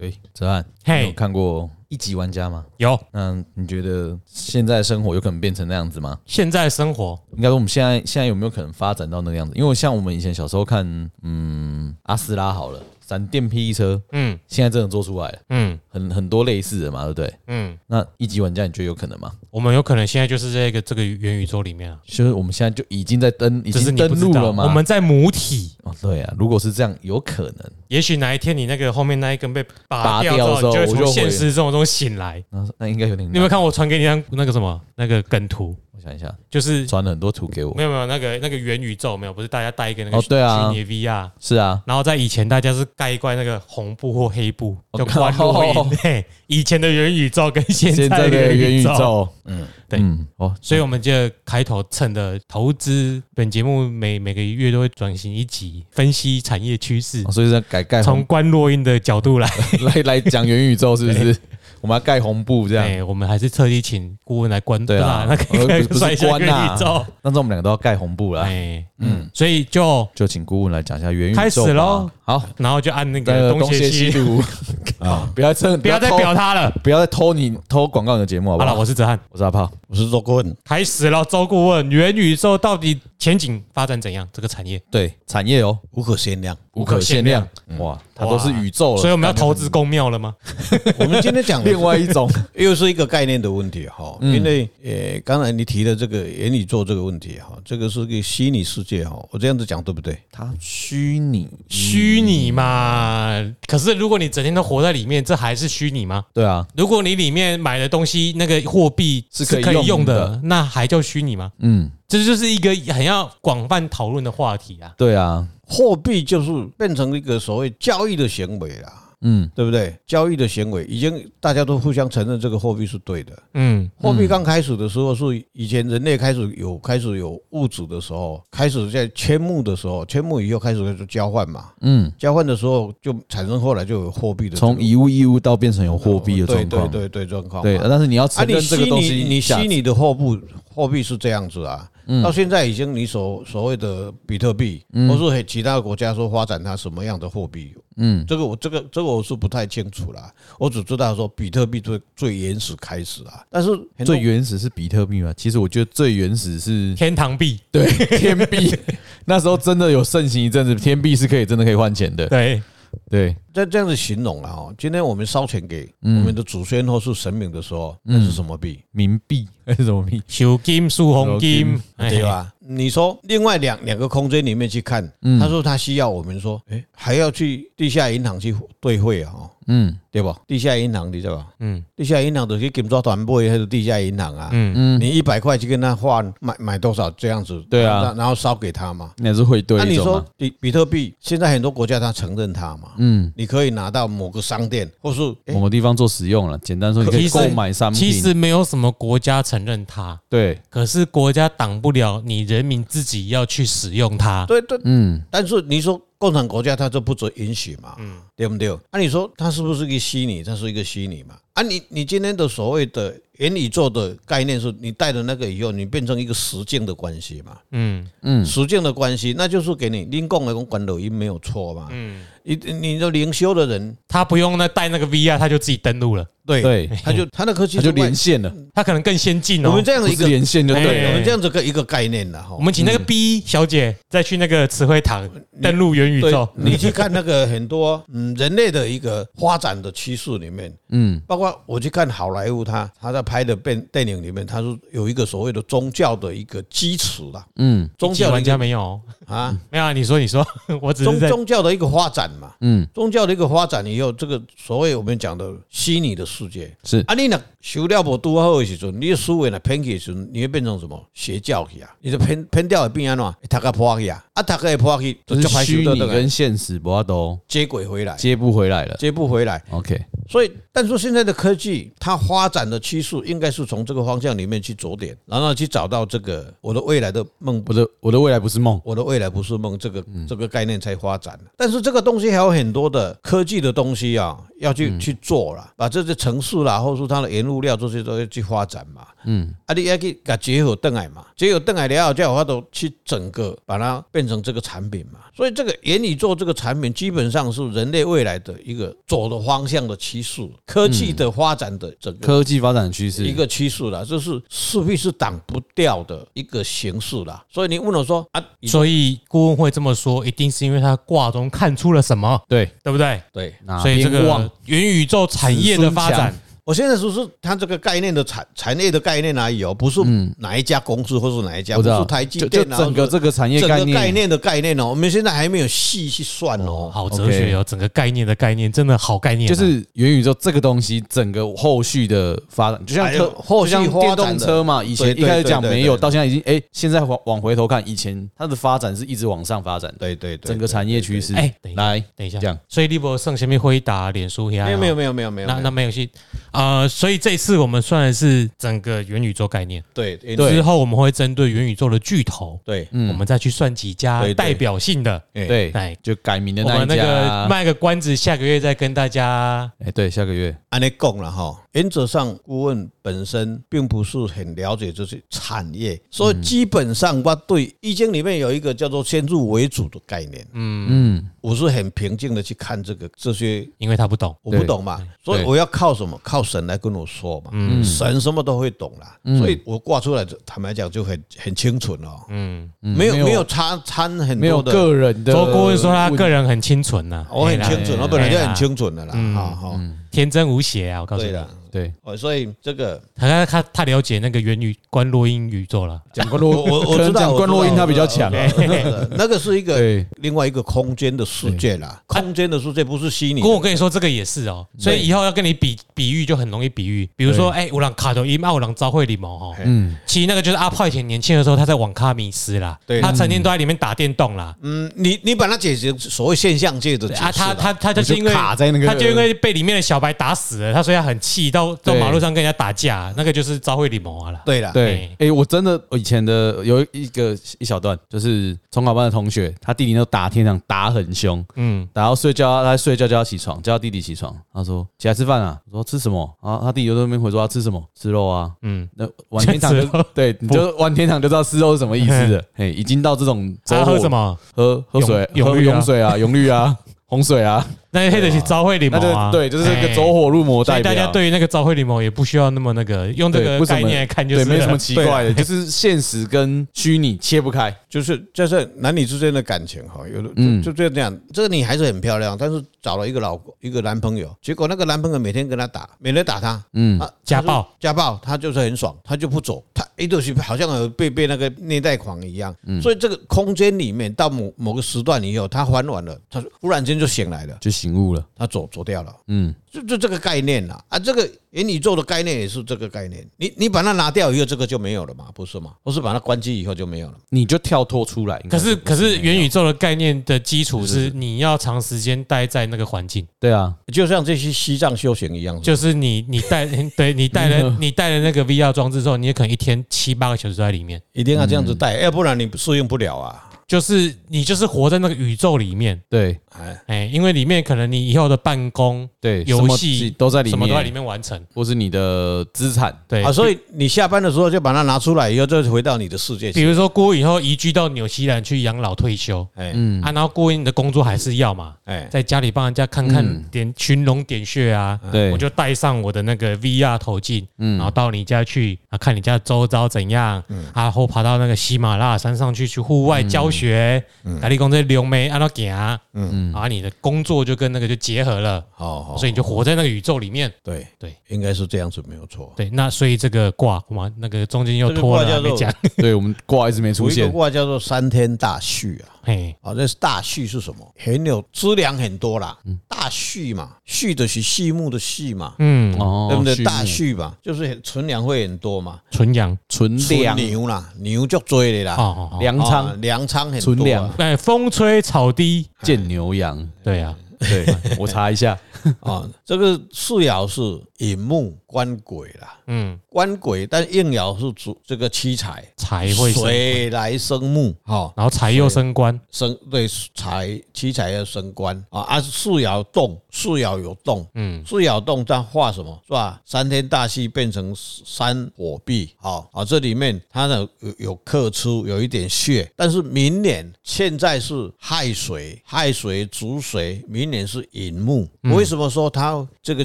哎，泽汉，嘿你有看过一级玩家吗？有那你觉得现在生活有可能变成那样子吗？现在生活应该说我们现在现在有没有可能发展到那个样子？因为像我们以前小时候看，嗯，阿斯拉好了，闪电霹雳车，嗯现在真的做出来了，嗯很很多类似的嘛，对不对？嗯，那一级玩家你觉得有可能吗？我们有可能现在就是在这个这个元宇宙里面啊，就是我们现在就已经在登，已只是经你不登知录道，了吗？我们在母体，哦，对啊，如果是这样，有可能。也许哪一天你那个后面那一根被拔拔掉之掉后，之你后就会我从就回嗯现实中中醒来。那那应该有点你有没难。有看我传给你那那个什么那个梗图？我想一下，就是传了很多图给我没。有没有那个那个元宇宙没有，不是大家戴一个那个哦对啊虚拟的 VR，是啊，然后在以前大家是盖一块那个红布或黑布，哦就关录哦音。嘿，以前的元宇宙跟现现在在的的元宇宇宙。宙，嗯，对嗯，哦，所以，我们这开头蹭的投资，本节目每每个月都会转型一集，分析产业趋势哦，所以在改盖从红关落音的角度来。来来讲元宇宙，是不是？我们要盖红布这样。哎，我们还是特地请顾问来关，啊对啊不是 那呃个不不是算一下关元啊宇宙。那时候我们两个都要盖红布啦，哎，嗯，所以就就请顾问来讲一下元宇宙吧。开始咯好，然后就按那那个个东东邪邪西西毒毒，啊，不要再 不要再偷表他了。不要再偷你偷广告你的节目好不好了，好？我是哲翰，我是阿炮，我是周棍，开始了。周顾问，元宇宙到底前景发展怎样？这个产业，对产业哦，无可限量。无可限量，哇，它都是宇宙了，嗯所以我们要投资公庙了吗？嗯我们今天 讲的另外一种又是一个概念的问题哈，因为呃，刚才你提的这个元宇宙这个问题哈，这个是个虚拟世界哈，我这样子讲对不对？它虚拟，虚拟嘛，可是如果你整天都活在里面，这还是虚拟吗？对啊，如果你里面买的东西那个货币是可可以以用用的的，那还叫虚拟吗？嗯，这就是一个很要广泛讨论的话题啊。对啊，货币就是变成一个所谓交易的行为啦，嗯，对不对？交易的行为已经大家都互相承认这个货币是对的。嗯货币刚开始的时候是以前人类开始有开始有物质的时候，开始在迁墓的时候，迁墓以后开始就交换嘛，嗯，交换的时候就产生后来就有货币的这个从以物易物到变成有货哦币的状况，对对对对状况嘛。对，但是你要啊，承你认这虚个东拟西，你价值虚拟的货币货币是这样子啊，嗯到现在已经你所所谓的比特币，或是其他国家说发展它什么样的货币，嗯，这个我这个这个我是不太清楚啦，我只知道说比特币最最原始开始啊，但是很多最原始是比特币嘛？其实我觉得最原始是 天堂币，对 天币， 那时候真的有盛行一阵子，天币是可以真的可以换钱的。对，对，这这样子形容了哈，今天我们烧钱给我嗯们的祖先或是神明的时候，那是什么币？冥币 还是什么币？球金、树红金，哎对啊吧？你说另外两两个空间里面去看，嗯他说他需要我们说，哎，还要去地下银行去兑汇啊，哦嗯对吧？地下银行你知道吧？嗯地下银行都是金抓团买还是地下银行啊？嗯，嗯，你一百块去跟他换，买买多少这样子？对啊然后然后烧给他嘛。那是会对那一你种啊说嘛？比比特币，现在很多国家他承认它嘛？嗯，你可以拿到某个商店，或是诶某个地方做使用了，简单说，你可以其实购买商品。其实没有什么国家承认它，对，可是国家挡不了你人民自己要去使用它。对对，嗯，但是你说共产国家它就不准允许嘛，对不对？那、你说它是不是一个虚拟？它是一个虚拟嘛？啊你，你今天的所谓的元宇宙的概念是，你带了那个以后，你变成一个实境的关系嘛？嗯嗯实境的关系，那就是给你拎供来供管抖音没有错嘛？嗯，你你的灵修的人，他不用那带那个 VR，他就自己登录了，对，对，他就他那科技它就是外连线了，他可能更先进我哦们。这样不的一是个，连线就对我了。哎们这样子个一个概念了哈我。们请那个 B 小姐再去那个词汇堂登录元宇对宙，。你去看那个很多嗯人类的一个发展的趋势里面，嗯，包括我去看好莱坞他，他在拍的电电影里面，他是有一个所谓的宗教的一个基础啦，嗯宗一级教的玩一家个没有哦，啊，没有啊？你说，你说， 我只是宗在宗教的一个发展嘛，嗯，宗教的一个发展以后，这个所谓我们讲的虚拟的世界，是啊，你若修了无拄好的时阵，你的思维若偏去的时阵，你会变成什么邪教去啊？你的偏偏掉会变安怎样？读个破去啊，啊，读个破去，就就是排虚修拟到那跟个现实不要都接轨回来，接不回来了。接不回来。 OK，所以，但是现在的科技，它发展的趋势应该是从这个方向里面去着点，然后去找到这个我的未来的梦不我，的我的未来不是梦。我的未来不是梦这个这个概念才发展。但是这个东西还有很多的科技的东西啊，要去去做啦，把这些城市啦，或是它的原物料这些都要去发展嘛。嗯，啊，你要去给它结合邓来嘛，结合邓来了后，才有办法去整个把它变成这个产品嘛。所以这个元宇宙这个产品，基本上是人类未来的一个走的方向的趋势，科技的发展的整个科技发展的趋势一个趋势啦，这是势必是挡不掉的一个形式啦。所以你问我说啊，所以顾问会这么说，一定是因为他卦中看出了什么，对，对不对？对，哪所以这边旺个元宇宙产业的发展，我现在只是它这个概念的产产业的概念而已哦，不是哪一家公司或是哪一嗯家，我不知道是台积就就电啊，整个或者这个产业整概个念概念的概念哦，我们现在还没有细去算哦。好哲学哦，整个概念的概念真的好概念就啊，是元宇宙这个东西，整个后续的发展，就像还有科后续就像发电展动的车嘛，以前对一开始对讲对没对有，对到现在已经哎，现在往往回头看，以前它的发展是一直往上发展的，对对对，整个产业趋势。哎等一下来等一下这样，所以立博上前面回答脸书黑对暗没有哦没有没有没有没有，那那没有戏，呃，所以这次我们算的是整个元宇宙概念，对对啊之后我们会针对元宇宙的巨头，对，我们再去算几家对对代表性的，对对哎，就改名的我那们一那个家，啊卖个关子，下个月再跟大家哎，对，下个月按你讲了哈。原则上，顾问本身并不是很了解这些产业，所以基本上我对《易经》里面有一个叫做先入为主的概念，嗯，我是很平静的去看这个这些因为他不懂，我不懂嘛，所以对嗯我要靠什么？靠神来跟我说嘛。嗯神什么都会懂啦，所以我挂出来，坦白讲就很很清楚了。嗯，没有没有没有掺掺很没有多的，个人的周问题，顾问说他个人很清纯呐，我很哎啦清楚，我本来就很清楚哎的啦。嗯哈哈，天真无邪啊，我告诉对你，的。对哦，所以这个他他他了解那个元宇观落音宇宙了，讲关我洛，我我可能知道讲关洛音他比较强，啊 那个是一个对，另外一个空间的世界啦，空间的世界不是虚拟不。过我跟你说，这个也是哦，所以以后要跟你比比喻就很容易比喻，比如说，哎，我让卡头音，啊，我让招会礼毛哈，嗯，其实那个就是阿炮以前年轻的时候，他在网咖迷失啦，对他成天都在里面打电动啦，嗯，你你把它解决所谓现象界的解释啊，啦他他他就是因我为就卡在那个他就因为被里面的小白打死了，他所以他很气，到到对马路上跟人家打架，那个就是招会礼毛啊啦，对啦，对，哎、我真的我以前的有一个一小段，就是重考班的同学，他弟弟都打天堂打很凶，嗯，打到睡觉，他睡觉叫他起床，叫他弟弟起床，他说起来吃饭啊，我说吃什么啊？他弟弟就在那边回说要吃什么，吃肉啊，嗯，那玩天堂吃肉就 对，你就玩天堂就知道吃肉是什么意思 了，嘿，已经到这种啊他喝么什么？喝喝水，永喝永绿啊永水啊，永绿啊， 红水 啊，那黑的是招会礼那毛就啊，对，就是一哎个走。火入魔所代以表。啊大家对于那个招会礼毛也不需要那么那个，用这对个不怎么概念来看就是啊对，了，没什么奇怪的，就是现实跟虚拟切不开。就是就是男女之间的感情哈，有的嗯就就这样。这个女孩子很漂亮，但是找了一个老一个男朋友，结果那个男朋友每天跟她打，每天打她，嗯，家暴她就家暴，她就是很爽，她就不走，她一度是好像有被被那个虐待狂一样。嗯所以这个空间里面，到某某个时段以后，她还完了，她忽然间就醒来了，就醒悟了。她走走掉了。嗯，就就这个概念啦，啊，这个元宇宙的概念也是这个概念，你你把它拿掉以后，这个就没有了嘛，不是吗？或是把它关机以后就没有了嘛。你就跳脱出来。应该可是可是元宇宙的概念的基础是是你要长时间待在那个环境，对啊，就像这些西藏修行一样，就是你你带 对你 带了你带了那个 VR 装置之后，你也可能一天七八个小时都在里面，一定要这样子带，要不然你适应不了啊。就是你就是活在那个宇宙里面，对哎，哎，因为里面可能你以后的办公对，游什么戏自己都在里面，什么都在里，面完成，或是你的资产。对啊，所以你下班的时候就把它拿出来，以后就回到你的世界比去。如说郭以后移居到纽西兰去养老退休哎啊，然后郭你的工作还是要嘛，哎，在家里帮人家看嗯看点寻龙点穴啊，对我就戴上我的那个 VR 头镜，嗯然后到你家去啊，看你家周遭怎样，啊，或爬到那个喜马拉雅山上去去户外教学，嗯咖喱公这流媒按照行，嗯，啊，你的工作就跟那个就结合了，好好，所以你就活在那个宇宙里面。对对，应该是这样子没有错。对，那所以这个卦哇，那个中间又这个拖卦了还叫没做讲，对我们卦一直没出有一个现。卦叫做三天大畜啊。嘿，啊，这是大畜是什么？很有资粮很多啦，大畜嘛，畜的是畜牧的畜嘛，嗯，哦对不对？畜牧大畜嘛，就是很存粮会很多嘛，纯阳，存存粮牛啦，牛就追的哦啦，哦哦，粮啊仓粮仓很存多粮啊哎，风吹草低，见牛羊。对啊，对我查一下，啊。这个四爻是寅木、官鬼啦，嗯，官鬼，但应爻是主这个七财，财会生，水来生木，哈、然后财又升官，生对财七财要升官啊，啊四爻动，四爻有动，嗯，四爻动它化什么是吧？三天大戏变成三火币，好啊，这里面它呢有有克出，有一点血，但是明年现在是亥水，亥水主水，明年是寅木，嗯为什么说它这个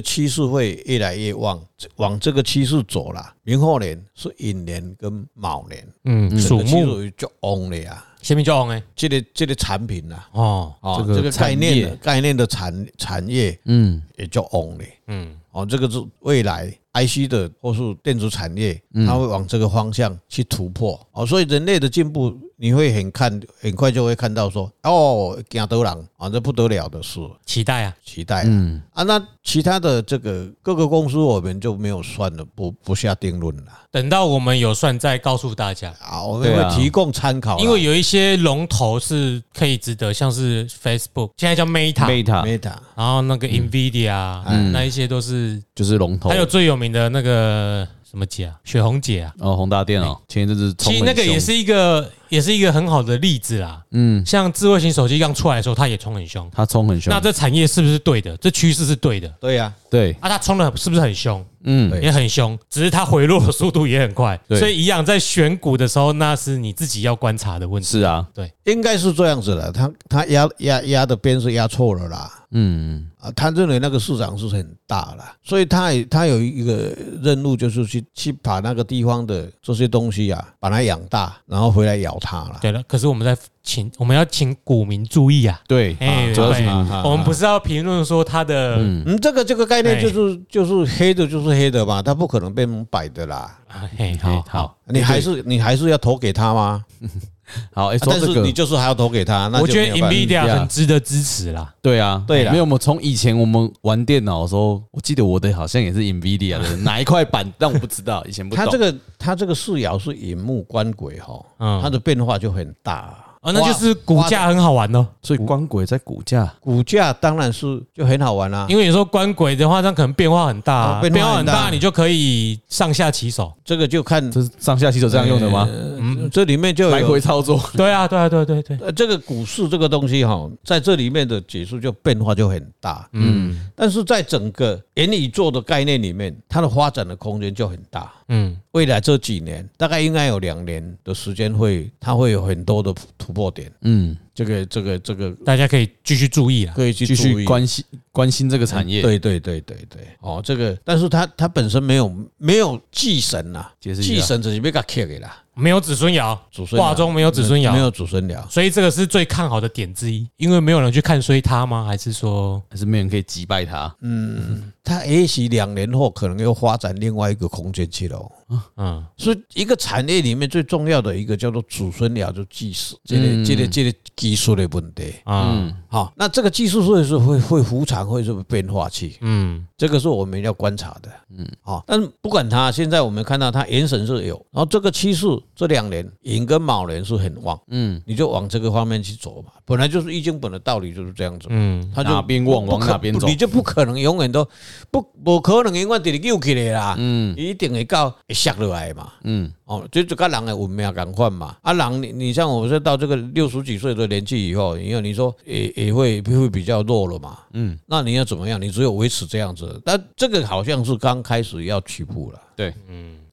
趋势会越来越旺，往这个趋势走啦？明后年是寅年跟卯年，嗯，这属个趋木，势就旺了呀。下面就红哎，这个这个产品呐、哦，啊，哦这，个这个概产念业的概念的产产业 嗯，也就 on 嘞，嗯，哦，这个是未来 IC 的或是电子产业，嗯它会往这个方向去突破哦，所以人类的进步，你会很看很快就会看到说，哦，亚德郎啊，这不得了的事，期待啊，期待啊,、嗯啊，那其他的这个各个公司我们就没有算了，不不下定论了等到我们有算再告诉大家。啊，我对们啊会提供参考啦，因为有一些龙头是可以值得，像是 Facebook，现在叫 Meta， Meta Meta 然后那个 Nvidia，、那一啊些都是，就是龙头还，有最有名的那个什么姐啊，雪红姐啊，哦，宏达电哦，前一阵子冲其实得那很个也凶是一个，也是一个很好的例子啦。嗯，像智慧型手机刚出来的时候，它也冲很凶。它冲很凶那，这产业是不是对的？这趋势是对的对呀、对，啊？它冲的是不是很凶？嗯，对也很凶，只是它回落的速度也很 快，对所以一样在选股的时候，那是你自己要观察的问题。是啊，应该是这样子的，他他压压压的边是压错了啦。嗯，啊，他认为那个市场是很大啦，所以他也他有一个任务，就是去去把那个地方的这些东西啊，把它养大，然后回来咬它啦。对了，可是我们在请我们要请股民注意啊，对，哎，主要是对你啊我们不是要评论说它的，嗯，这个这个概念就是就是黑的，就是黑的嘛，它不可能变成白的啦。啊嘿，哎好好好，你还是你还是要投给他吗？啊好，哎，说啊但这是个你，就是还要投给他，那我就觉没得有办法 Nvidia Nvidia 很值得支持啦。对啊，对啦没有，我们从以前我们玩电脑的时候，我记得我的好像也是 Nvidia 的哪一块板，但我不知道，以前不懂他这，个他这个四爻是寅木官鬼哈，嗯它的变化就很大啊。哦，那就是股价很好玩哦，所以光轨在股价，股价当然是就很好玩啊啦、因为有时候关轨的话，那可能变化很大啊，啊变化很大变化很大，你就可以上下其 手。这个就看这是上下洗手这样用的吗？嗯，这里面就来有回操作，对啊，对啊，对啊对啊对啊，呃，这个股市这个东西哈，在这里面的指数就变化就很大，嗯，但是在整个元宇宙的概念里面，它的发展的空间就很大。嗯，未来这几年，大概应该有两年的时间会，它会有很多的突破点。嗯，这个这个这个大家可以啊继续注意啦。啊可以去继注续意。关心关心这个产业，对对对对对，哦，这个，但是它它本身没有没有祭神呐、解释一祭下，神只是被它 k 给啦，没有子孙爻，祖孙卦爻中没有子孙没爻，有祖孙爻，所以这个是最看好的点之一。因为没有人去看衰它吗？还是说，还是没有人可以击败它，它也许两年后可能又发展另外一个空间去了哦。嗯，所以一个产业里面最重要的一个叫做祖孙鸟，就技术，这个、这个、这个技术的问题。啊，好，那这个技术会是会会无常，会是变化去，嗯，这个是我们要观察的。嗯，好，但是不管它，现在我们看到它原神是有，然后这个趋势这两年寅跟卯年是很旺，嗯，你就往这个方面去走嘛。本来就是易经本的道理就是这样子，嗯，它就哪边旺不可往哪边走你就不可能永远都不不可能永远直救起来啦，嗯，一定会到会摔落来嘛，嗯，哦，这就跟人的文明赶快嘛。啊，人你你像我说到这个六十几岁的年纪以后，因为你说也也会会比较弱了嘛。嗯，那你要怎么样？你只有维持这样子。但这个好像是刚开始要起步了，对，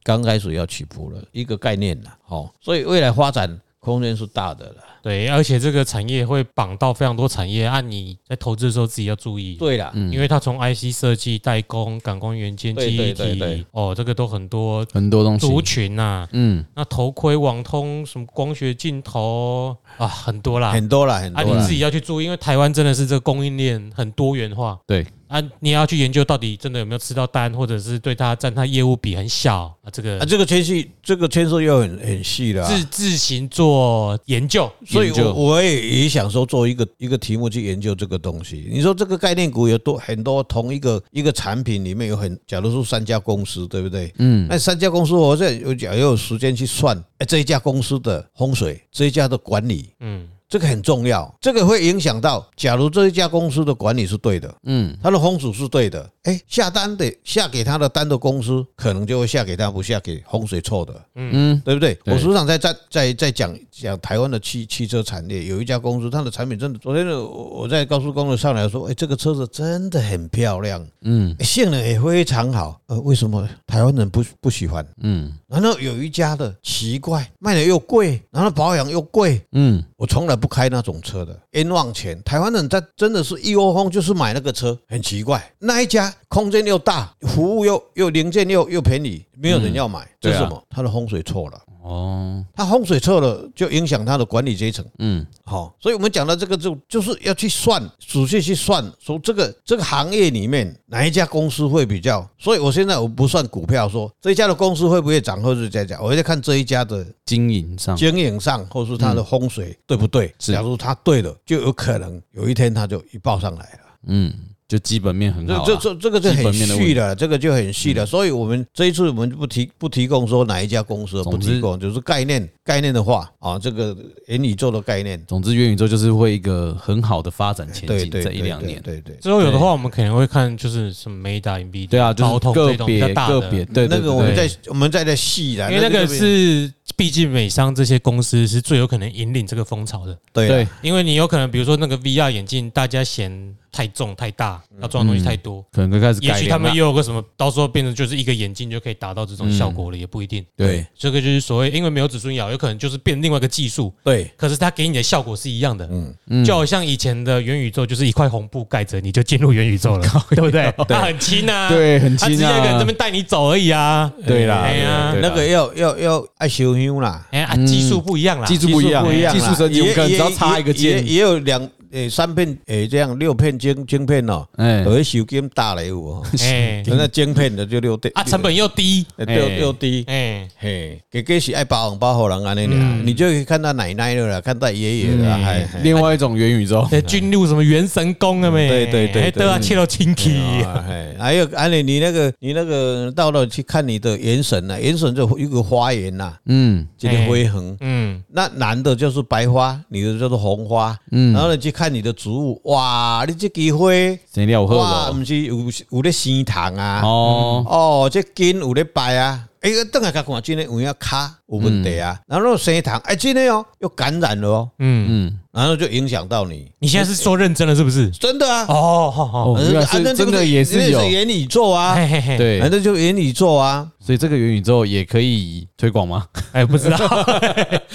刚开始要起步了一个概念了。哦，所以未来发展空间是大的了。嗯对，而且这个产业会绑到非常多产业，按你在投资的时候自己要注意。对啦，嗯因为它从 IC 设计、代工、感光元件、对记忆对对对体，哦，这个都很多很多东西，族群呐、嗯，那头盔、网通、什么光学镜头啊，很多啦。很多啦，很啊，多你啦自。己要去注意，因为台湾真的是这个供应链很多元化对，啊，你也要去研究到底真的有没有吃到单，或者是对它占它业务比很小啊，这啊，个这个牵系，这个牵涉又很很细了啊。自自行做研究。所以研究我我也也想说做一个一个题目去研究这个东西。你说这个概念股有多很多，同一个一个产品里面有很，假如说三家公司，对不对？嗯，那三家公司，我这有假如有时间去算，哎，这一家公司的风水，这一家的管理，嗯，这个很重要，这个会影响到，假如这一家公司的管理是对的，嗯，他的风水是对的，哎，下单的下给他的单的公司，可能就会下给他不下给风水错的，嗯，对不对？我时常在在在在讲讲台湾的汽汽车产业，有一家公司，它的产品真的，昨天我我在高速公路上来说，哎，这个车子真的很漂亮，嗯，性能也非常好，呃，为什么台湾人不不喜欢？嗯然后有一家的奇怪，卖的又贵，然后保养又贵。嗯，我从来不开那种车的，冤枉钱。台湾人在真的是一窝蜂，就是买那个车，很奇怪。那一家空间又大，服务又又零件又又便宜，没有人要买，这是什么？他的风水错了。哦，他风水错了，就影响他的管理阶层。嗯好、所以我们讲到这个就就是要去算，仔细去算，说这个这个行业里面哪一家公司会比较。所以我现在我不算股票说这一家的公司会不会涨，或者再讲，我在看这一家的经营上，经营上，或是它的风水对不对。嗯是假如它对了，就有可能有一天它就一爆上来了。嗯，就基本面很好这啊，这这这个就基很本面的问题嗯细了，这个就很细了，所以我们这一次我们就不提不提供说哪一家公司，总不之提供就是概念概念的话啊，这个元宇宙的概念，总之元宇宙就是会一个很好的发展前对景，对这对一两年，对对对之后有的话，我们可能会看就是什么 Meta、NVIDIA、对啊，就高是通个这种比较别大个的别，对那对个对我们对在我们在在细啦，因为那个边是，毕竟美商这些公司是最有可能引领这个风潮的，对对啊因为你有可能，比如说那个 VR 眼镜，大家嫌太重太大，要装的东西太多，可能会开始也改许他良们了，又有个什么，到时候变成就是一个眼镜就可以达到这种效果了，也不一定。对，这个就是所谓，因为没有子孙爻，有可能就是变另外一个技术，对可是它给你的效果是一样的。嗯，就好像以前的元宇宙，就是一块红布盖着，你就进入元宇宙了，对不对？它很轻啊，对很它只是轻一啊个人这边带你走而已啊。对啦哎呀对，啦那个要要要爱修修啦，哎啊，技术不一样啦，技术不一样，不一样啦，技术升级，我们可能只要插一个也也键，也也有两诶三片诶这样六片晶晶片哦，哎有，些手机大了 有哦，哎那晶片的就六对啊，成本又低，六哎六低。哎，嘿，哥哥是爱包红包给人安尼嗯俩，你就可以看到奶奶了啦，看到爷爷了啦， 哎，嘿另外一种元宇宙，哎进入什么元神宫了没？对对对哎对都要切到清体。啊嘿还有安尼，你那个你那个到了去看你的元神呐，元神就有一个花园呐，嗯这个灰痕，嗯，那男的就是白花，女的就是红花，嗯然后你去看你的植物，哇，你这枝花，谁料喝哇，我不是有有咧生糖啊，哦，哦，这根有咧摆啊，哎、欸，等下甲看，真的有影卡有问题啊，然后生糖，哎、真的哦，又感染了哦，嗯，然后就影响到你，你现在是说认真了是不是？真的啊，哦，好好，哦，原来啊是那这真个的也是有哎那，元宇宙啊，嘿嘿嘿，对反，正就元宇宙啊，所以这个元宇宙也可以推广吗？哎，不知道，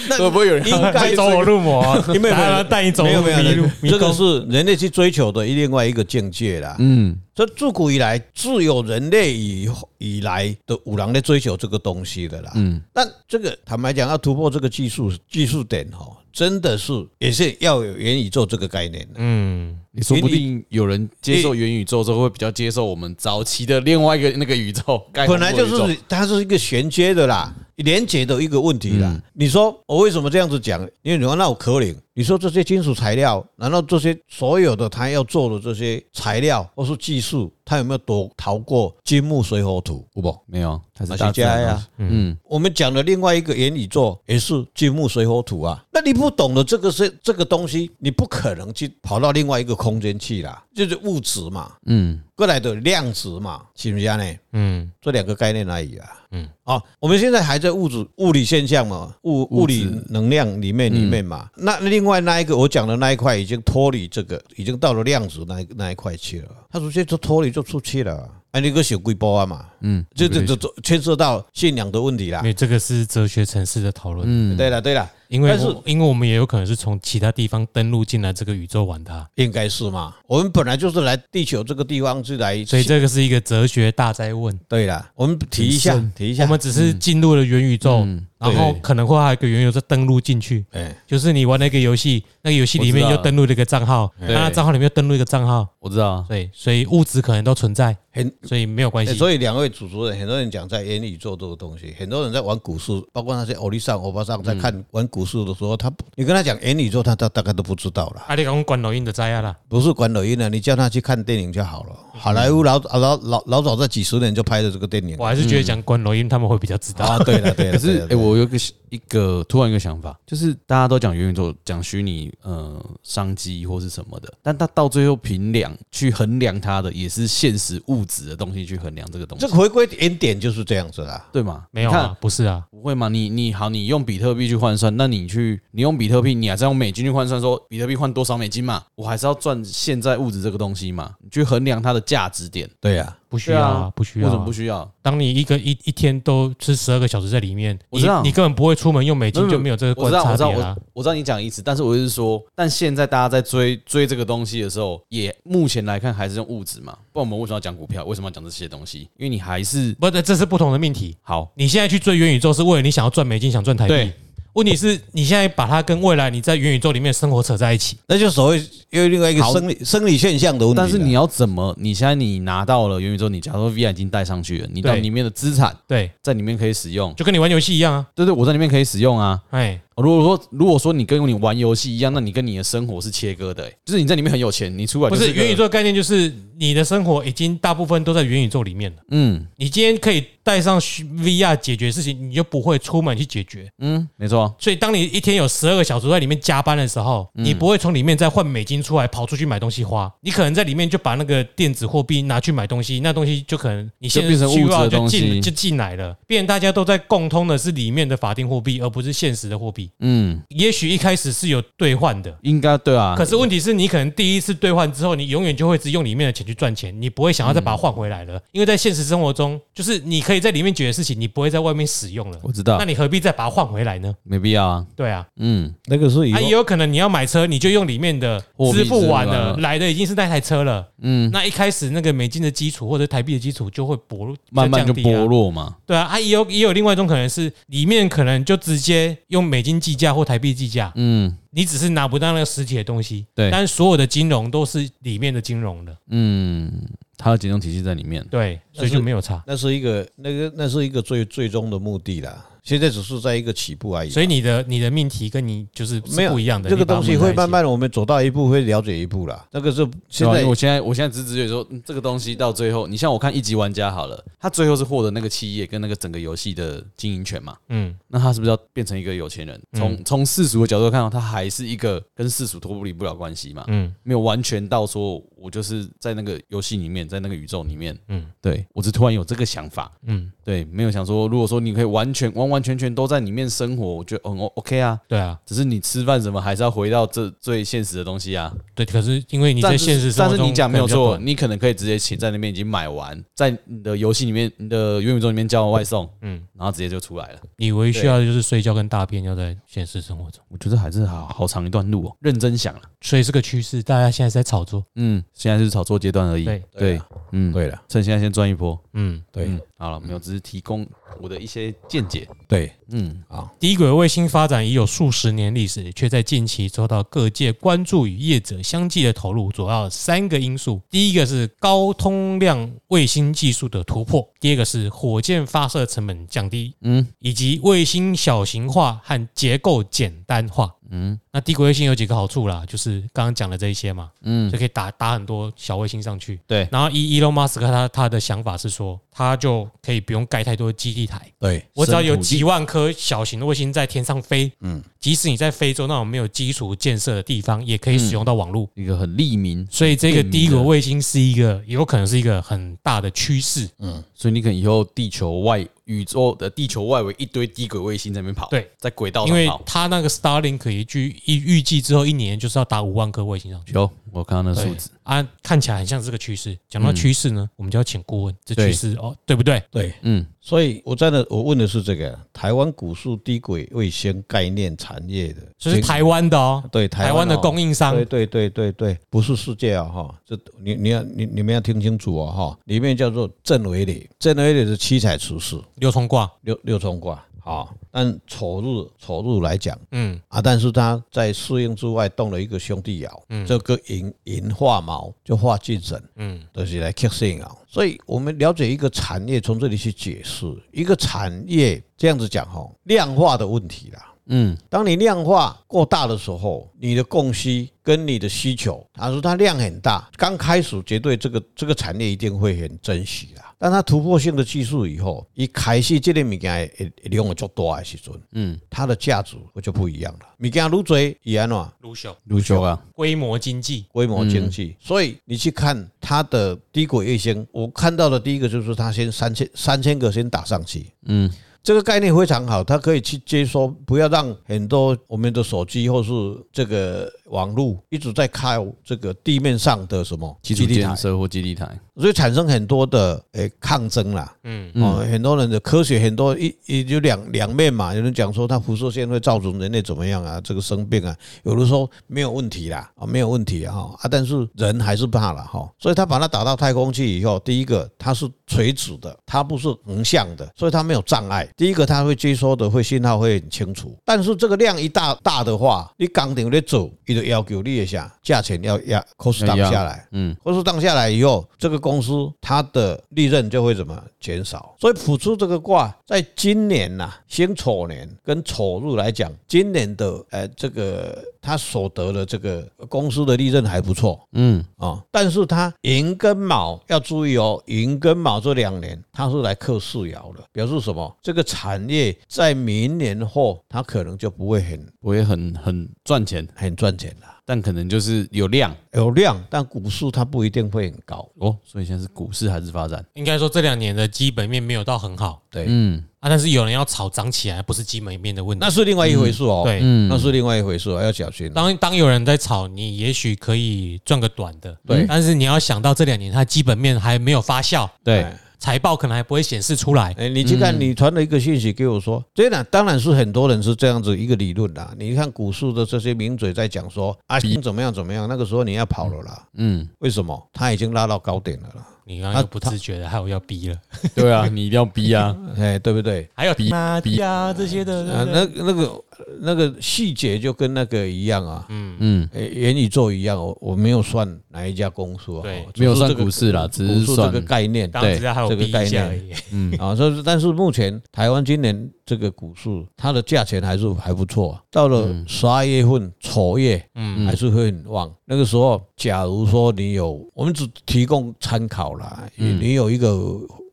那会不会有人应 该带是走我入魔，因为没有来来带你走没有入没迷路有，，迷这个宫是人类去追求的另外一个境界啦。嗯，这自古以来，自有人类以后以来的五郎在追求这个东西的啦。嗯，但这个坦白讲，要突破这个技术技术点哈，真的是也是要有元宇宙这个概念的。嗯，也说不定有人接受元宇宙之后，会比较接受我们早期的另外一个那个宇 宙，盖本来就红色的宇是它是一个衔接的啦，连接的一个问题啦。你说我为什么这样子讲？因为你说那我可能，你说这些金属材料，难道这些所有的他要做的这些材料或是技术，他有没有躲逃过金木水火土？不宙，没有，它是马大西自加然呀啊，，嗯，我们讲的另外一个元宇宙也是金木水火土啊。那你不懂得这个是这个东西，你不可能去跑到另外一个空间去啦，就是物质嘛，嗯，过来的量子嘛，是不是这样呢？嗯，这两个概念而已啊。嗯，哦，我们现在还在物质物理现象嘛，物嗯物理能量里面里面嘛。那另外那一个我讲的那一块已经脱离这个，已经到了量子那一那一块去了。他直接就脱离就出去了。哎，你个小龟波啊嘛，嗯，这这这这牵涉到信仰的问题啦因。为这个是哲学层次的讨论，嗯对了对了，因为嗯但是我因为我们也有可能是从其他地方登陆进来这个宇宙玩它，应该是嘛，我们本来就是来地球这个地方是来，所以这个是一个哲学大灾问。对了，我们提一下提一下我，们只是进入了元宇宙，嗯然后嗯对可能会还有一个元宇宙登录进去，哎，就是你玩那个游戏，那个游戏里面我知道又登录了一个账号，那对那账号里面又登录一个账号，我知道啊，对，所以物质可能都存在，很所以没有关欸系。所以两位主持人，很多人讲在元宇宙这个东西，很多人在玩股市，包括那些欧丽上、欧巴上在看玩股市的时候，他不你跟他讲元宇宙，他他大概都不知道了。啊，你讲关抖音的灾啊啦，不是管抖音的，你叫他去看电影就好了。好莱坞老老老老早在几十年就拍的这个电影我还是觉得讲关抖音他们会比较知道。啊，对了对了，可是对了哎，我有一个一一个突然一个想法，就是大家都讲元宇宙，讲虚拟呃商机或是什么的，但它到最后评量去衡量它的，也是现实物质的东西去衡量这个东西这，回归原点就是这样子啦。对吗？没有你看啊，不是啊，不会嘛？你你好，你用比特币去换算，那你去你用比特币，你还是要用美金去换算，说比特币换多少美金嘛？我还是要赚现在物质这个东西嘛？你去衡量它的价值点，对呀，不需要对啊啊，不需为要啊。什么不需要？当你一个一一天都是十二个小时在里面，我知道你你根本不会出门用美金，就没有这个我观知道，察我知道，点啊我。我知道你讲的意思，但是我就是说，但现在大家在追追这个东西的时候，也目前来看还是用物质嘛。不然我们为什么要讲股票？为什么要讲这些东西？因为你还是不，这是不同的命题。好，你现在去追元宇宙是为了你想要赚美金，想赚台币对。问题是，你现在把它跟未来你在元宇宙里面的生活扯在一起，那就所谓又有另外一个好生理生理现象的问题但啦。是你要怎么？你现在你拿到了元宇宙，你假如说 VR 已经带上去了，你到对里面的资产对，在里面可以使用，就跟你玩游戏一样啊。对对，我在里面可以使用啊。哎，哦如果说如果说你跟你玩游戏一样，那你跟你的生活是切割的、欸就是你在里面很有钱，你出来不就是一个元宇宙，的概念，就是你的生活已经大部分都在元宇宙里面了。嗯你今天可以带上虚 VR 解决事情，你就不会出门去解决。嗯，没错，所以，当你一天有十二个小时在里面加班的时候，嗯你不会从里面再换美金出来跑出去买东西花，你可能在里面就把那个电子货币拿去买东西，那东西就可能你现在就变成需物质要的就东西进就进来了，变成大家都在共通的是里面的法定货币，而不是现实的货币。嗯，也许一开始是有兑换的。应该对啊。可是问题是你可能第一次兑换之后，你永远就会只用里面的钱去赚钱，你不会想要再把它换回来嗯了，因为在现实生活中，就是你可以在里面解决事情，你不会在外面使用了，我知道那，你何必再把它换回来呢？没必要啊。对啊，嗯，那个是以啊，也有可能你要买车，你就用里面的货币支支付完付完了，了来的已经是那台车了。嗯，那一开始那个美金的基础或者台币的基础就会薄弱，慢慢就降低啊剥。落嘛。对啊，啊，也有也有另外一种可能是，里面可能就直接用美金计价或台币计价，嗯你只是拿不到那个实体的东西。对但是所有的金融都是里面的金融的，嗯，它的减重体系在里面。对，所以就没有差。那是一个那个那是一个最最终的目的啦。现在只是在一个起步而已。所以你的你的命题跟你就是没是有不一样的，这个你把它东西混在会一起慢慢我们走到一步会了解一步啦。那个是现对啊在因为我现在我现在只是直觉说、嗯这个东西到最后，你像我看一级玩家好了，他最后是获得那个企业跟那个整个游戏的经营权嘛。嗯，那他是不是要变成一个有钱人？从从世俗的角度看，他还是一个跟世俗脱离不了关系嘛。嗯嗯，没有完全到说我就是在那个游戏里面，在那个宇宙里面。嗯嗯，对我只突然有这个想法。嗯嗯，对，没有想说，如果说你可以完全完完全全都在里面生活，我觉得嗯 OK 啊。对啊，只是你吃饭什么还是要回到这最现实的东西啊。对。可是因为你在但是现实生但活是中，你讲没有错，，你可能可以直接请在那边已经买完，在你的游戏里面、你的元宇宙里面叫外送，嗯嗯，然后直接就出来了。你唯一需要的就是睡觉跟大便要在现实生活中，我觉得还是好好长一段路哦，认真想了。所以是个趋势，大家现在在炒作。嗯，现在是炒作阶段而已。对对啊嗯，对了，趁现在先赚一波。嗯，对嗯，好了，没有，只是提供我的一些见解。对，嗯，低轨卫星发展已有数十年历史，却在近期遭到各界关注与业者相继的投入，主要有三个因素：第一个是高通量卫星技术的突破；第二个是火箭发射成本降低，嗯，以及卫星小型化和结构简单化。嗯，那低轨卫星有几个好处啦，就是刚刚讲的这一些嘛，嗯，就可以打打很多小卫星上去。对然后依 Elon Musk 他他的想法是说，他就可以不用盖太多基地台。对，我只要有深土地几万颗小型的卫星在天上飞，嗯，即使你在非洲那种没有基础建设的地方，也可以使用到网络。一个很利民，所以这个便民低轨的卫星是一个有可能是一个很大的趋势，所以你可能以后地球外宇宙的地球外围一堆低轨卫星在那边跑，对，在轨道因上为跑。它那个 Starlink 一句预预计之后一年就是要打五万颗卫星上去。有，我看到那对数字，啊，看起来很像是个趋势。讲到趋势呢，我们就要请顾问，这趋对势哦，对不对？对，嗯，所以我真的我问的是这个台湾股市低轨卫星概念产业的，这是台湾的哦，对台台湾的哦供应商对对对对对，不是世界啊、哈，这你你要你你们要听清楚哦哈，里面叫做正维里，正维里是七彩厨师六重卦，六六冲卦好，但丑日丑日来讲嗯啊，但是他在适应之外动了一个兄弟爻，这个寅寅化卯就化进神，嗯，就是来克性啊。所以我们了解一个哦产业，从这里去解释一个产业，这样子讲哈，量化的问题啦。嗯，当你量化过大的时候，你的供需跟你的需求，他说它量很大，刚开始绝对这个这个产业一定会很珍惜啦。但它突破性的技术以后，一开始这类物件会会会量足大的时阵，嗯，它的价值就不一样了。物件愈多，伊安怎样卢秀卢修啊，规模经济，规模经济，嗯所以你去看它的低轨卫星，我看到的第一个就是它先三千三千个先打上去，嗯，这个概念非常好，它可以去接收，不要让很多我们的手机或是这个网络一直在靠这个地面上的什么基础地台建，设或基地台，所以产生很多的诶抗争啦。嗯，哦，很多人的科学很多一也就两两面嘛，有人讲说它辐射线会造成人类怎么样啊，这个生病啊，有的说没有问题啦，啊没有问题啊哈啊，但是人还是怕了哈，所以他把它打到太空去以后，第一个它是垂直的，它不是横向的，所以它没有障碍。第一个它会接收的会信号会很清楚，但是这个量一大大的话，你钢顶咧走，你就要求你一下价钱要压 cost 要 down 压下来，嗯或是当下来以后，这个公司它的利润就会怎么减少。所以普出这个卦，在今年呐、辛丑年跟丑日来讲，今年的呃这个它所得的这个公司的利润还不错嗯，啊、但是它寅跟卯要注意哦，寅跟卯这两年它是来克四爻的，表示什么？这个产业在明年后，它可能就不会很我也很很赚钱，很赚钱了。但可能就是有量有量，但股市它不一定会很高。哦，所以现在是股市还是发展？应该说这两年的基本面没有到很好对，嗯啊，但是有人要炒涨起来，不是基本面的问题那。是另外一回事哦。对，嗯那是另外一回事哦，要小心。当当有人在炒，你也许可以赚个短的，对但是你要想到这两年它基本面还没有发酵，对嗯哎，财报可能还不会显示出来。哎，你去看你传了一个信息给我说，这然当然是很多人是这样子一个理论啦。你看股市的这些名嘴在讲说啊，怎么样怎么样，那个时候你要跑了啦。嗯，为什么？他已经拉到高点了啦，你刚刚又不自觉的，害我要逼了，对啊， 你一定要逼啊，哎，对不对？还有逼妈逼呀这些的，啊，对不对那那个那个细节就跟那个一样啊，嗯，哎元宇宙一样，我我没有算哪一家公司啊，对哦没有算这个股市啦只是股市这算个概念，当时还有逼一下而已。 啊，所以但是目前台湾今年这个股市，它的价钱还是还不错啊。到了十二月份、丑月，嗯，还是会很旺。那个时候，假如说你有，我们只提供参考啦，你有一个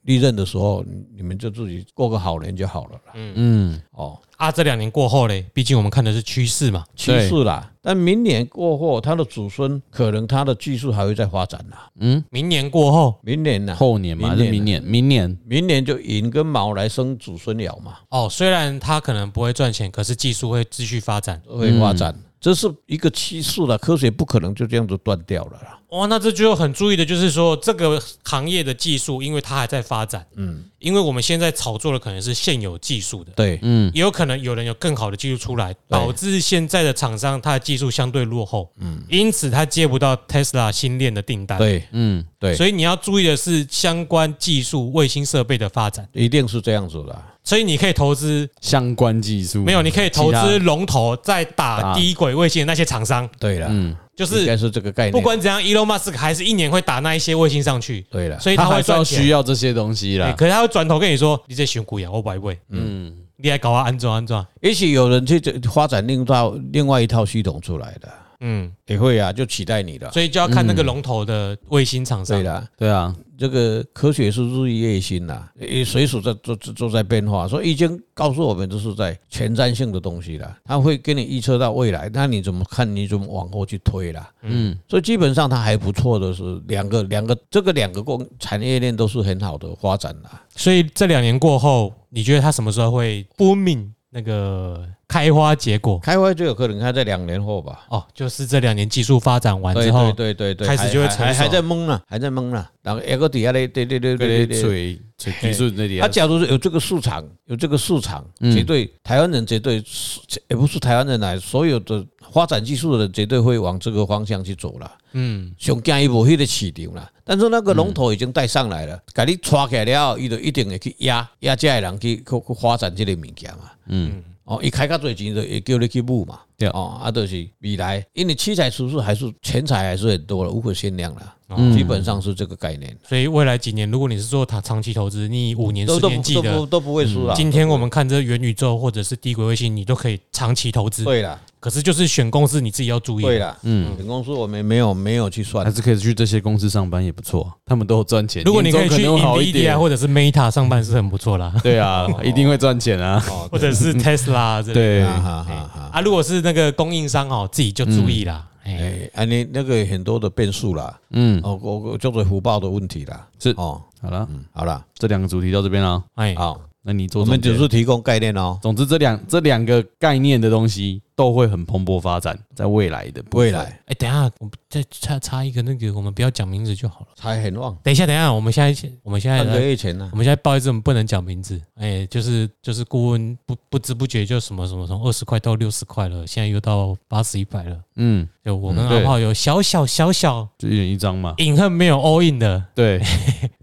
利润的时候，你你们就自己过个好年就好了啦。嗯，哦，啊，这两年过后嘞，毕竟我们看的是趋势嘛，趋势啦。但明年过后，它的子孙可能它的技术还会再发展啦。明年过后明年嗯呢，后年嘛还是明明年？明年，明年就寅跟卯来生子孙爻嘛。哦，虽然它可能不会赚钱，可是技术会继续发展。会发展，嗯这是一个趋势了。科学不可能就这样子断掉了啦。哇，那这就很注意的，就是说这个行业的技术，因为它还在发展，嗯，因为我们现在炒作的可能是现有技术的，对，也有可能有人有更好的技术出来，导致现在的厂商它的技术相对落后，嗯，因此它接不到 Tesla 新链的订单，，对，嗯，对所以你要注意的是相关技术卫星设备的发展，一定是这样子的。所以你可以投资。相关技术嗯没有，你可以投其他资龙头在打打低轨卫星的那些厂商，对了，嗯，就应该是是这个概念。不管怎样，Elon Musk 还是一年会打那一些卫星上去，对了，所以他会还是要赚钱需。要这些东西欸啦。可是他会转头跟你说：“你这选股呀，啊我买位，啊嗯，你来搞啊，安装安装。也许有人去发展另到另外一套系统出来的，”嗯，也会啊，就取代你了。所以就要看那个龙头的卫星厂商对。了，对啊，这个科学是日益夜新呐，也随时在都都在变化，所以已经告诉我们这是在前瞻性的东西了。它会给你预测到未来，那你怎么看？你怎么往后去推啦？嗯，所以基本上它还不错的是两个两个这个两个供产业链都是很好的发展啦。所以这两年过后，你觉得他什么时候会 booming 那个开花结果？开会就有可能它在两年后吧。哦，就是这两年技术发展完对之后对，对对对，开始就会成熟还还还在懵呢，还在懵呢。然后一个底下嘞，对对对对对对对。嘴嘴技术那里啊哎他，假如是有这个市场，有这个市场，嗯绝对台湾人绝对是也不是台湾人来，所有的发展技术的人绝对会往这个方向去走了。嗯，上惊伊无迄个市场啦，但是那个龙头已经带上嗯来了，甲你抓起来了后，伊就一定会去压压这些人去去去发展这个物件嘛。嗯，哦，伊开较侪钱就会叫你去舞嘛。对哦，啊，就是未来，因为器材出数还是钱财还是很多了，无可限量了，嗯基本上是这个概念，所以未来几年，如果你是做长长期投资，你以五年、都十都年不计都不的，嗯都不会输了。今天我们看这元宇宙或者是低轨卫星，你都可以长期投资。对了，可是就是选公司你自己要注意。对了，嗯，本公司我们没有没有去算还，是可以去这些公司上班也不错啊，他们都有赚钱。如果你可以去年终可能会好一 NVIDIA 点，或者是 Meta 上班是很不错啦，对 啊，一定会赚钱啊。或者是 Tesla 之类的。对，哈哦哈哈哈。啊，如果是那个供应商哦，自己就注意啦。哎，哎，啊，你那个很多的变数啦，嗯，哦，我我就是福报的问题啦，是哦，好了，好啦，这两个主题到这边了。哎，好，那你做我们总只结是提供概念哦，总之这两这两个概念的东西都会很蓬勃发展，在未来的部分未来哎，等一下，我们再插插一个那个，我们不要讲名字就好了。才很旺，等一下，等一下，我们现在我们哎现在半个来月前啊呢我，们现在不好意思，我们不能讲名字。哎，就是就是顾问不不知不觉就什么什么从二十块到六十块了，现在又到八十一百了。嗯，就我跟嗯对阿炮有小小小小就一人一张嘛。隐恨没有 all in 的对，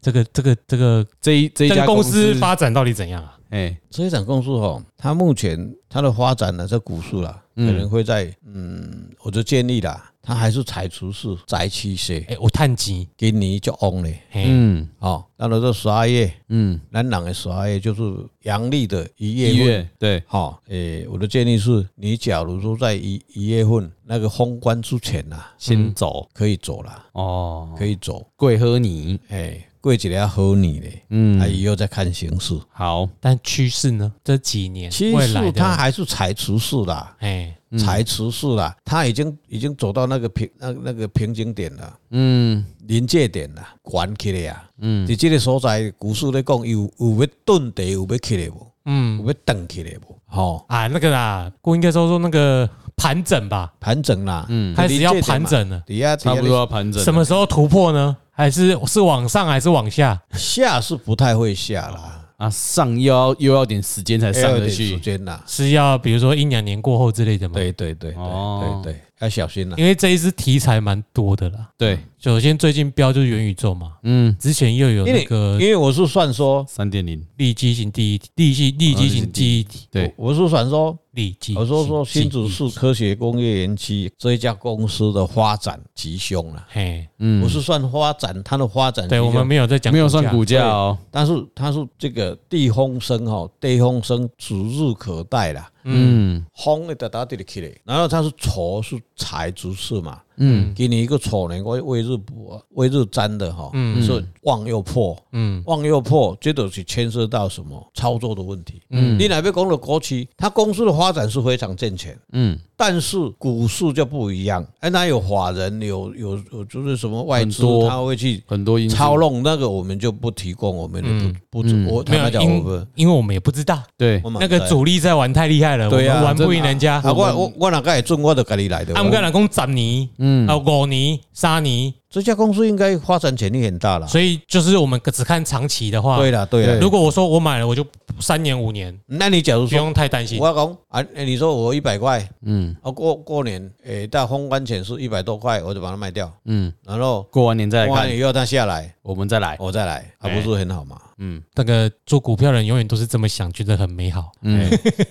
这个这个这个 这一这一这家个公公司发展到底怎样啊？哎，这一场公司哦，它目前它的发展呢，这股数啦，可能会在嗯，我就建议啦，它还是采除是宅期些，哎，我探机，今年就旺嘞，哎，嗯哦，到了这十二月，嗯，咱人的十二月就是阳历的一月一份。月对，好、诶、我的建议是，你假如说在一一月份那个封关之前呐、先走可以走啦，哦，可以走，嗯贵喝你，诶、过几年好你嘞，啊，嗯，以后再看形势。好，但趋势呢？这几年其未来实它的还是采除式啦，哎，采除式啦，它已经已经走到那个平那那个瓶颈点了，嗯临界点啦，关起来啊。嗯，在这个所在，股市咧讲，有有要顿跌，有要起来无？嗯有要等起来无？吼、啊，那个啦，顾问应该说说那个盘整吧，盘整啦，嗯，开始要盘整了，底下差不多要盘整了。什么时候突破呢？还是是往上还是往下？下是不太会下啦，啊？上又要又要点时间才上要有哎得点时去。间啦。是要比如说一两年过后之类的吗？，对对对哦对对对，要小心啦。因为这一支题材蛮多的啦。对，首先最近标就是元宇宙嘛，嗯，之前又有因那为个因为我是算说，三点零，立基型第一体立基立基型第一体对，我是算说，立基，我哦说说新主竹市科学工业园区这一家公司的发展吉凶啦。嘿，嗯我是算发展，它的发展对吉我凶们没有在讲没有算价股价哦，但是它是这个地风生哈，地风生指日可待啦。嗯风会达到这里去嘞，然后它是丑是财主事嘛，嗯，给你一个丑年，我未日补未日占的哈，嗯，是旺又破，嗯嗯，旺又破，这都是牵涉到什么操作的问题，嗯，你哪边讲了国企，它公司的发展是非常健全，嗯，但是股市就不一样，哎，那有法人，有有有就是什么外资很，多他会去很多因素操弄那个，我们就不提供，我们也不不知，我没坦有白讲，我因们因为我们也不知道对我，们那个主力在玩太厉害了，我对啊们玩不赢人家。啊啊，我我我哪个也准，我就跟你来的，他们跟人讲十年，嗯，啊五年、三年，这家公司应该发展潜力很啊大了。所以就是我们只看长期的话，对了，对了，如果我说我买了，我就三年五年，那你假如不说用太担心。我讲啊，你说我一百块，嗯啊过过年，诶，到封关前是一百多块，我就把它卖掉，嗯，然后过完年再封来完看，以后它下来，我们再来，我再来，啊，不是很好嘛？嗯那个做股票的人永远都是这么想，觉得很 美好。嗯，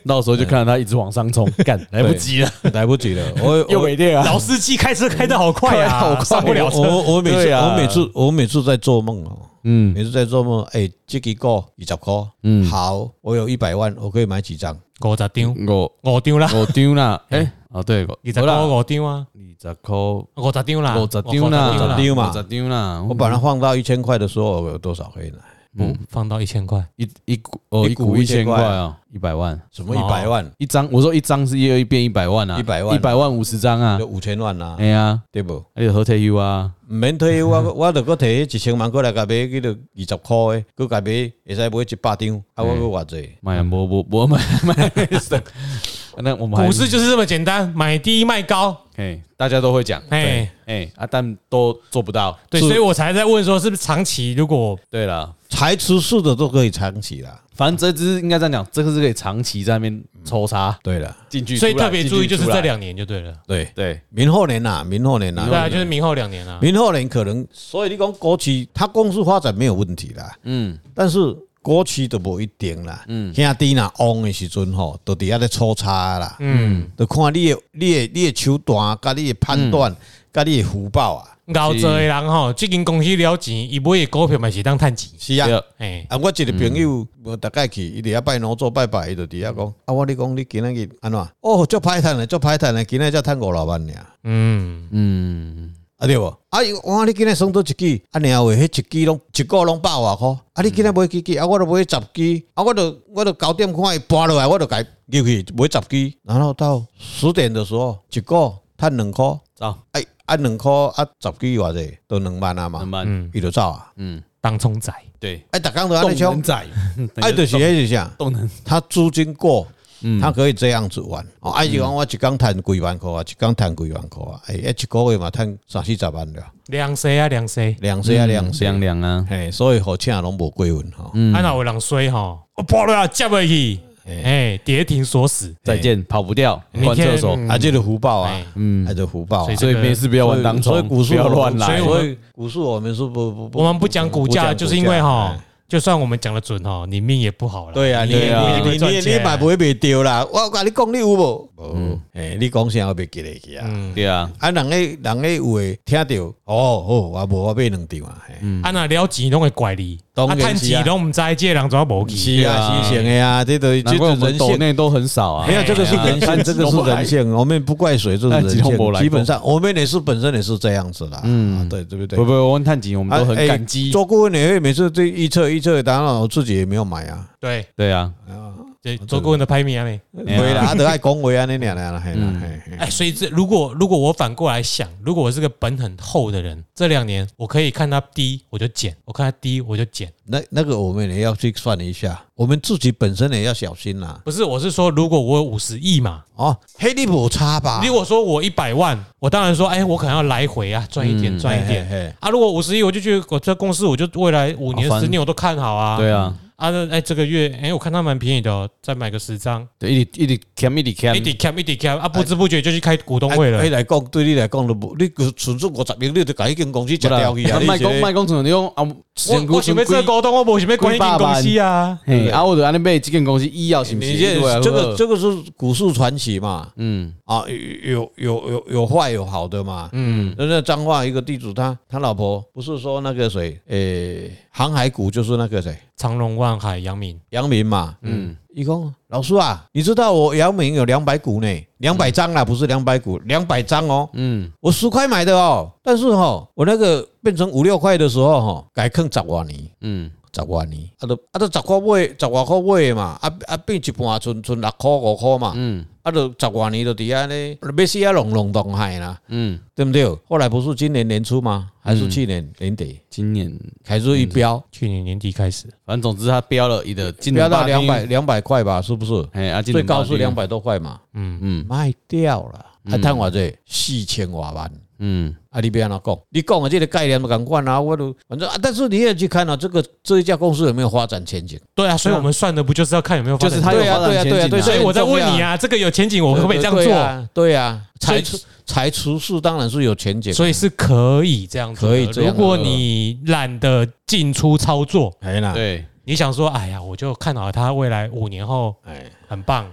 到时候就看到它一直往上冲，干来不及了，来不及了，我哎 又我没电啊，老司机开车开得好快开好啊，快上不了车。我我每次对啊我每次我每次在做梦哦，嗯每次在做梦，诶，这个股二十块，嗯，好，我有一百万，我可以买几张？五十张，我五张啦，我丢啦，哎，哦对，我二十块五张啊，二十块。五十张啦，五十张啦，五十张嘛五十张啦，我把它放到一千块的时候，哦我有多少可以拿？嗯，放到一千块，一一股哦一一股股一千1000块块啊，一百万什么一百万？一张，我说一张是一二一变一百万啊， 100万一百万五十张啊就，五千万啦哎，呀，对不？还有何退休啊，毋免退休啊，我我著搁摕迄一千万过来甲买，迄著二十箍诶，搁甲买，会使买一百张，啊，我搁偌济，买啊，我我我买买省，那我们还股市就是这么简单，买低卖高。哎，大家都会讲，哎哎哎啊，但都做不到。对，所以我才在问说，是不是长期如果对了，财持式的都可以长期啦。反正这只应该这样讲，这个是可以长期在那边抽查对啦，进去，所以出来特别注意就是这，进去两年就对了。对，出来对，明后年啦，明后年对啊，啦，就是明后两年啊。明后年可能，所以你讲国企，它公司发展没有问题啦，嗯但是过去都无一定啦，兄弟若旺的时阵吼，都伫遐咧粗差啦，嗯，就看你的你的你的手段，甲你的判断，甲你的福报啊，熬做的人吼，即间公司了钱，伊买的股票嘛是当趁钱。是啊，对哎，啊，我一个朋友，无大概去，伊伫遐拜农做拜拜，伊就伫遐讲，啊，我你讲你今仔日安怎？哦，足歹趁诶，足歹趁诶，今仔才趁五六万尔，嗯，嗯，啊对无？啊，伊我你今仔算倒一支，啊，然后迄一支拢一个拢百外箍，啊，你今仔买几支？啊，我都买十支，啊，我都我都九点看伊搬落来，我都家入去买十支，然后到十点的时候，一个趁两箍，走，哎，啊两箍啊十支偌济，都两万啊能嘛，办？嗯伊就走啊，嗯，当冲仔，对，哎，逐工都安尼冲，仔，哎，就是迄是啥？动能，他租金过，嗯他可以这样子玩。哦，啊，伊就讲我一工趁几万块啊，一工趁几万块啊，哎，一个月嘛趁三四十万了，凉西啊凉西，两岁啊两岁，凉凉啊，嘿，所以好请拢无归稳吼。啊若有人衰吼，我破了接袂去，哎，跌停锁死，再见，跑不掉，明关天厕所，啊，这个福报啊哎，嗯，啊，这福报啊所以。所以没事不要玩当所以冲，股市不要乱所以来，所以股市我们是不不我们不讲股价，不讲就是因为哈哎，就算我们讲的准哈，你命也不好了。对啊，你你也不一定你会赚你你钱。买不会袂掉啦，我甲你讲你有无？无，哎，你讲啥我袂记得去啊。对啊，啊，人诶人诶有诶听着，哦哦，我无我买两张啊。嘿嗯啊那了钱拢会怪你，当啊然是啊趁钱拢唔知道，这个人怎么无去？是对啊，啊是行的呀，这都难怪这都我人们抖性。内都很少啊，没有，这个是人性，这个是人性，我们不怪谁，这是但吉人隆坡性。来基过本上，我们也是本身也是这样子啦。嗯，对，对不对不？不，我问探景，我们都很啊哎感激。做顾问也会每次对预测预测，当然我自己也没有买啊，对，对啊，对，做顾问的拍名呢？哎呀嗯没啦，啊，都爱恭维啊，那俩啦，嘿啦，嘿嘿哎，所以这如果如果我反过来想，如果我是个本很厚的人，这两年我可以看它低我就减，我看它低我就减。那那个我们也要去算一下，我们自己本身也要小心啦。不是，我是说，如果我有五十亿嘛，哦，黑利补差吧，如果说我一百万，我当然说，哎，我可能要来回啊，赚一点，赚一点。嘿嘿嘿啊，如果五十亿，我就觉得我这公司，我就未来五年啊、反十年我都看好啊。对啊，啊，那哎，这个月哎，我看它蛮便宜的哦，再买个十张，对，一直一直 cam 一直一 cam，点 cap 一点 cap 啊，不知不觉就去开股东会哎了。来讲，对你来讲都无，你存出五十亿，你就把一间公司吃掉去啊！你卖是公卖公存，你用啊，我我准备这个股东，我不准备管一间公司啊。嘿，啊，我就安尼买这间公司医药是不是？你这对啊这个，对啊这个是股市传奇嘛？嗯，啊，有有有有坏有好的嘛。嗯，那那彰化一个地主他，他老婆不是说那个谁，诶、航海股就是那个谁，长隆、万海、阳明，杨明嘛。嗯，一共老师啊，你知道我杨明有两百股呢，两百张啦，不是两百股，两百张哦。嗯，我十块买的哦，但是哦，我那个变成五六块的时候哈、哦，改坑十万年。嗯，十外年，啊都啊都十块买，十外块买的嘛，啊啊变一半，剩剩六块五块嘛，嗯，啊都十外年都伫遐咧，要死啊弄弄东海啦，嗯，对不对？后来不是今年年初吗？还是去年年底今年凯瑞一标，去年年底开始，反正总之它标了一的，嗯今年标到霸凌两百，两百块吧，是不是？哎，啊，今最年高是霸凌两，百多块嘛，嗯嗯卖掉了，还赚偌济？四千外万。嗯，啊，你别安怎讲，你讲的这个概念嘛，赶快啊，我都反正啊，但是你也去看啊，这个这一家公司有没有发展前景？对啊，所以我们算的不就是要看有没有发就展是它有对啊发展对啊前对啊景所啊以我在问你啊，这个有前景，我可不可以这样做？做？对啊，所以财厨财厨师当然是有前景。所以是可以这样子的。可以这样如的果你懒得进出操作，哎啦，对，你想说，哎呀，我就看好它未来五年后哎，很棒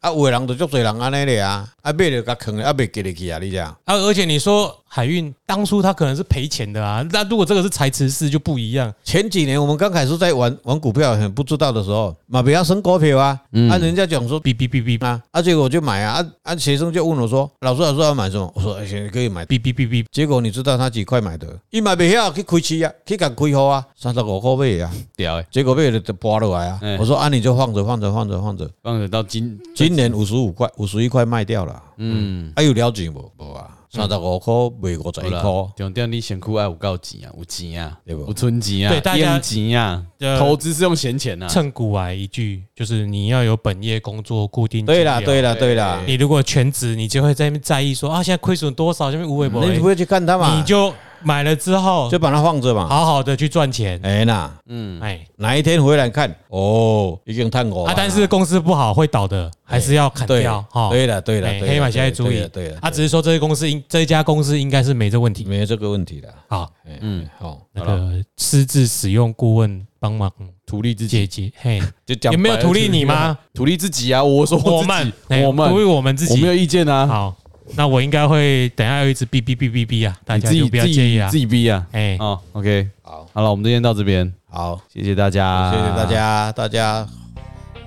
啊，有的人就足多人安尼咧啊，啊买了甲坑啊袂记得去啊，你讲啊！而且你说海运当初它可能是赔钱的啊，那如果这个是财池式就不一样。前几年我们刚开始在玩玩股票，很不知道的时候，嘛不要升股票啊，嗯啊人家讲说哔哔哔哔啊，啊结果我就买啊，啊啊学生就问我说，老师老师要买什么？我说哎，可以买哔哔哔哔，结果你知道他几块买的？伊买袂晓去开市啊，去甲开好啊，三十五块买的啊，屌哎，结果买了就跌落来啊哎。我说啊，你就放着放着放着放着，放着到今，今年五十五块五十一块卖掉了。嗯，啊，有了解无？无啊，三十五块卖五十好一啦块，，嗯重点你先苦爱有够钱啊，有钱啊，对不有存钱啊，对大家用钱啊，呃投资是用闲钱啊，趁古来一句，就是你要有本业工作固定。对啦，对。啦，对哎啦，啊你如果全职，你就会在那边在意说啊，现在亏损多少，下面无微不你不会去看他嘛？你就买了之后就把它放着嘛。好好的去赚钱，哎那嗯哎，哪一天回来看，哦，已经探过啊，但是公司不好会倒的，还是要砍对掉哈。对了对了哎，对了黑马现在注对意了对了对，了他只是说这个公司应这一家公司应该是没这问题。没有这个问题了。好，嗯，好，那个私自使用顾问帮忙图利自己，解决，嘿，就讲有没有白了图利你吗？图利自己啊！嗯我说我自们己哎我们图利我们自我没有己。意见啊，好，那我应该会等一下有一直哔哔哔哔哔啊，大你家自就己不要自介意己啊自。己逼啊！哎，哦，OK，好，好了，我们今天到这边，好，谢谢大家，啊谢谢大，家，大家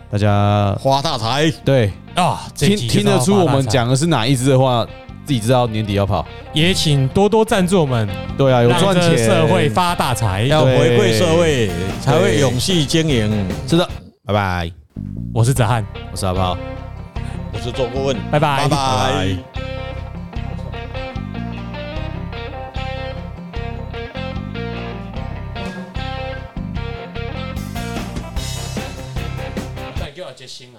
大家发大财。对啊，这一听集听就是要得出发我大们财，讲的是哪一支的话，自己知道年底要跑。也请多多赞助我们，对啊，有让赚这钱，社会发大财。要对回馈社会，才会永续经营。是的，拜拜，我是子翰，我是阿炮。我是周顾问，拜拜拜拜。那你给我接新啊。